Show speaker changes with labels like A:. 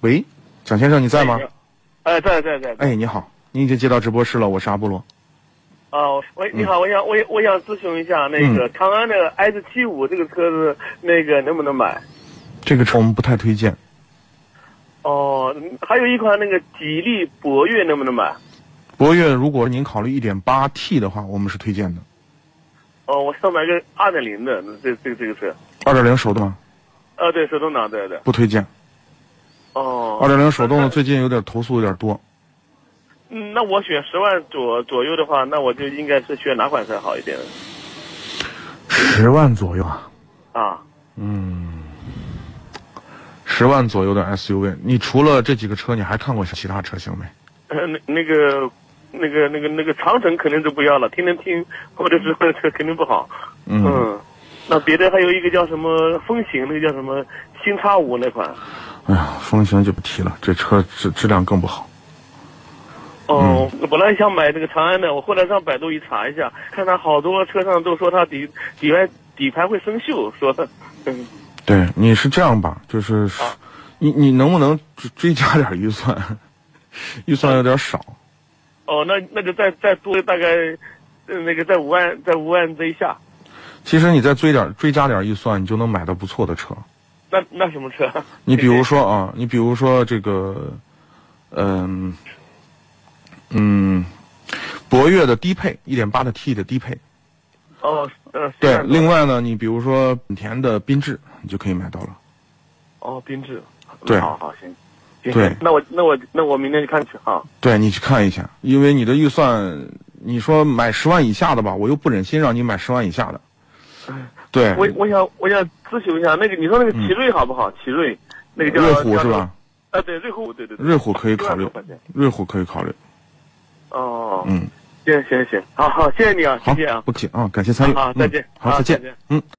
A: 喂，蒋先生，你在吗？
B: 哎，在在在。
A: 哎，你好，您已经接到直播室了，我是阿波罗。
B: 哦，喂，你好，
A: 嗯
B: 我想我我想咨询一下那个长安的 S 七五这个车子，那个能不能买？
A: 这个车我们不太推荐，
B: 哦，还有一款那个吉利博越能不能买？
A: 博越如果您考虑一点八 T 的话，我们是推荐的。
B: 哦，我想买个二点零的，这这这个车。
A: 二点零手动吗
B: 啊，对，手动挡，对对。
A: 不推荐，
B: 哦。
A: 二点零手动的最近有点投诉有点多。
B: 嗯，那我选十万左左右的话，那我就应该是选哪款车好一点
A: 十万左右啊，
B: 啊？
A: 十万左右的 SUV，你除了这几个车，你还看过其他车型没？
B: 呃那那个那个那个那个长城肯定是不要了，天天听或者是这车肯定不好。
A: 嗯
B: 那别的还有一个叫什么风行，那个叫什么新叉五那款。
A: 哎呀，风行就不提了，这车质质量更不好。
B: 哦，
A: 嗯
B: 我本来想买这个长安的，我后来上百度一查一下，看它好多车上都说它底底盘底盘会生锈，说的。嗯
A: 对，你是这样吧？就是，
B: 啊
A: 你你能不能追追加点预算？ 预算有点少。
B: 哦，那那就再再多大概，呃那个在五万在五万这一下，
A: 其实你再追点追加点预算，你就能买到不错的车。
B: 那那什么车？
A: 你比如说啊，你比如说这个，嗯、嗯，博越的低配，一点八的 T 的低配。
B: 哦，呃，
A: 对，
B: 是
A: 另外呢，你比如说本田的缤智，你就可以买到了。
B: 哦，缤智。
A: 对
B: 好好行。行
A: 对
B: 那我那我那我明天去看去啊哈。
A: 对你去看一下，因为你的预算，你说买十万以下的吧，我又不忍心让你买十万以下的。哎对，嗯
B: 我我想我想咨询一下那个，你说那个奇瑞好不好？奇瑞，那个叫
A: 瑞虎是？
B: 叫
A: 吧？
B: 啊，对，瑞虎，对对对。
A: 瑞虎可以考
B: 一
A: 虑
B: 万多块钱，
A: 瑞虎可以考虑。
B: 哦，
A: 嗯，
B: 行行行，好好，谢谢你啊，
A: 好
B: 谢谢啊，，
A: 不客气啊，感谢参与。
B: 好再见
A: 嗯好，
B: 好
A: 再
B: 再
A: 见
B: 见。
A: 嗯。